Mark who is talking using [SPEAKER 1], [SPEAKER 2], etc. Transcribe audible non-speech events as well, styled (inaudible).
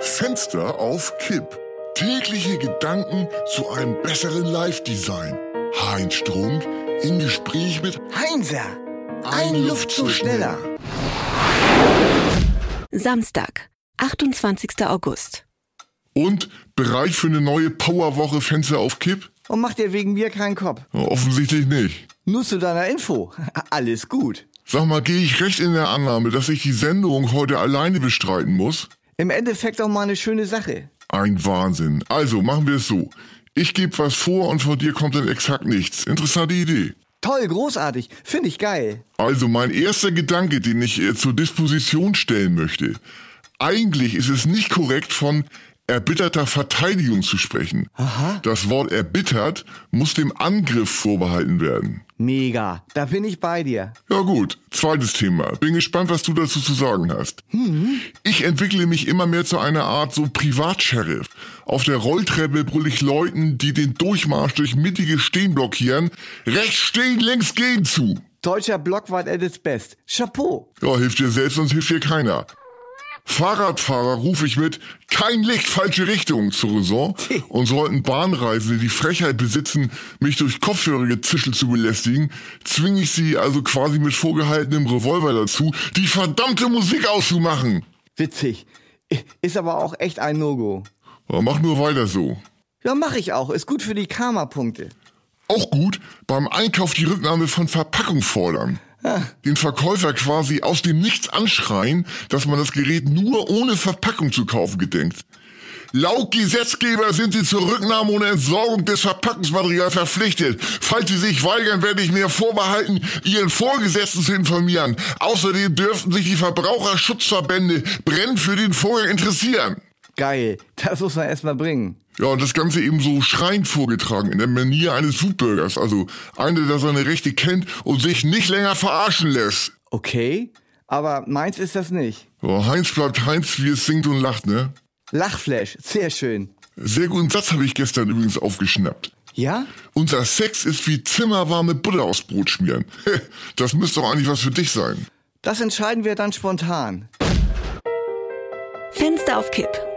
[SPEAKER 1] Fenster auf Kipp. Tägliche Gedanken zu einem besseren Live-Design. Heinz Strunk im Gespräch mit
[SPEAKER 2] Heinser,
[SPEAKER 1] Ein Luftzug ne. schneller.
[SPEAKER 3] Samstag, 28. August.
[SPEAKER 1] und bereit für eine neue Powerwoche Fenster auf Kipp?
[SPEAKER 2] Und mach dir wegen mir keinen Kopf.
[SPEAKER 1] Offensichtlich nicht.
[SPEAKER 2] Nur zu deiner Info. (laughs) Alles gut.
[SPEAKER 1] Sag mal, gehe ich recht in der Annahme, dass ich die Sendung heute alleine bestreiten muss?
[SPEAKER 2] Im Endeffekt auch mal eine schöne Sache.
[SPEAKER 1] Ein Wahnsinn. Also machen wir es so. Ich gebe was vor und von dir kommt dann exakt nichts. Interessante Idee.
[SPEAKER 2] Toll, großartig. Finde ich geil.
[SPEAKER 1] Also mein erster Gedanke, den ich äh, zur Disposition stellen möchte. Eigentlich ist es nicht korrekt, von erbitterter Verteidigung zu sprechen.
[SPEAKER 2] Aha.
[SPEAKER 1] Das Wort erbittert muss dem Angriff vorbehalten werden.
[SPEAKER 2] Mega. Da bin ich bei dir.
[SPEAKER 1] Ja gut, zweites Thema. Bin gespannt, was du dazu zu sagen hast. Ich entwickle mich immer mehr zu einer Art so Privatsheriff. Auf der Rolltreppe brüll ich Leuten, die den Durchmarsch durch mittige Stehen blockieren, rechts stehen, links gehen zu.
[SPEAKER 2] Deutscher Blockwart at its best. Chapeau.
[SPEAKER 1] Ja, hilft dir selbst, sonst hilft dir keiner. Fahrradfahrer rufe ich mit kein Licht, falsche Richtung zur Raison und sollten Bahnreisende die Frechheit besitzen, mich durch kopfhörige Zischel zu belästigen, zwinge ich sie also quasi mit vorgehaltenem Revolver dazu, die verdammte Musik auszumachen.
[SPEAKER 2] Witzig. (laughs) I- Ist aber auch echt ein No-Go.
[SPEAKER 1] Aber mach nur weiter so.
[SPEAKER 2] Ja, mach ich auch. Ist gut für die Karma-Punkte.
[SPEAKER 1] Auch gut, beim Einkauf die Rücknahme von Verpackung fordern. Den Verkäufer quasi aus dem Nichts anschreien, dass man das Gerät nur ohne Verpackung zu kaufen gedenkt. Laut Gesetzgeber sind Sie zur Rücknahme und Entsorgung des Verpackungsmaterials verpflichtet. Falls Sie sich weigern, werde ich mir vorbehalten, Ihren Vorgesetzten zu informieren. Außerdem dürften sich die Verbraucherschutzverbände brennend für den Vorgang interessieren.
[SPEAKER 2] Geil. (laughs) Das muss man erstmal bringen.
[SPEAKER 1] Ja, und das Ganze eben so schreiend vorgetragen, in der Manier eines Foodburgers. Also einer, der seine Rechte kennt und sich nicht länger verarschen lässt.
[SPEAKER 2] Okay. Aber meins ist das nicht.
[SPEAKER 1] Oh, Heinz bleibt Heinz, wie es singt und lacht, ne?
[SPEAKER 2] Lachflash. Sehr schön.
[SPEAKER 1] Sehr guten Satz habe ich gestern übrigens aufgeschnappt.
[SPEAKER 2] Ja?
[SPEAKER 1] Unser Sex ist wie zimmerwarme Butter aufs Brot schmieren. (laughs) Das müsste doch eigentlich was für dich sein.
[SPEAKER 2] Das entscheiden wir dann spontan.
[SPEAKER 3] Fenster auf Kipp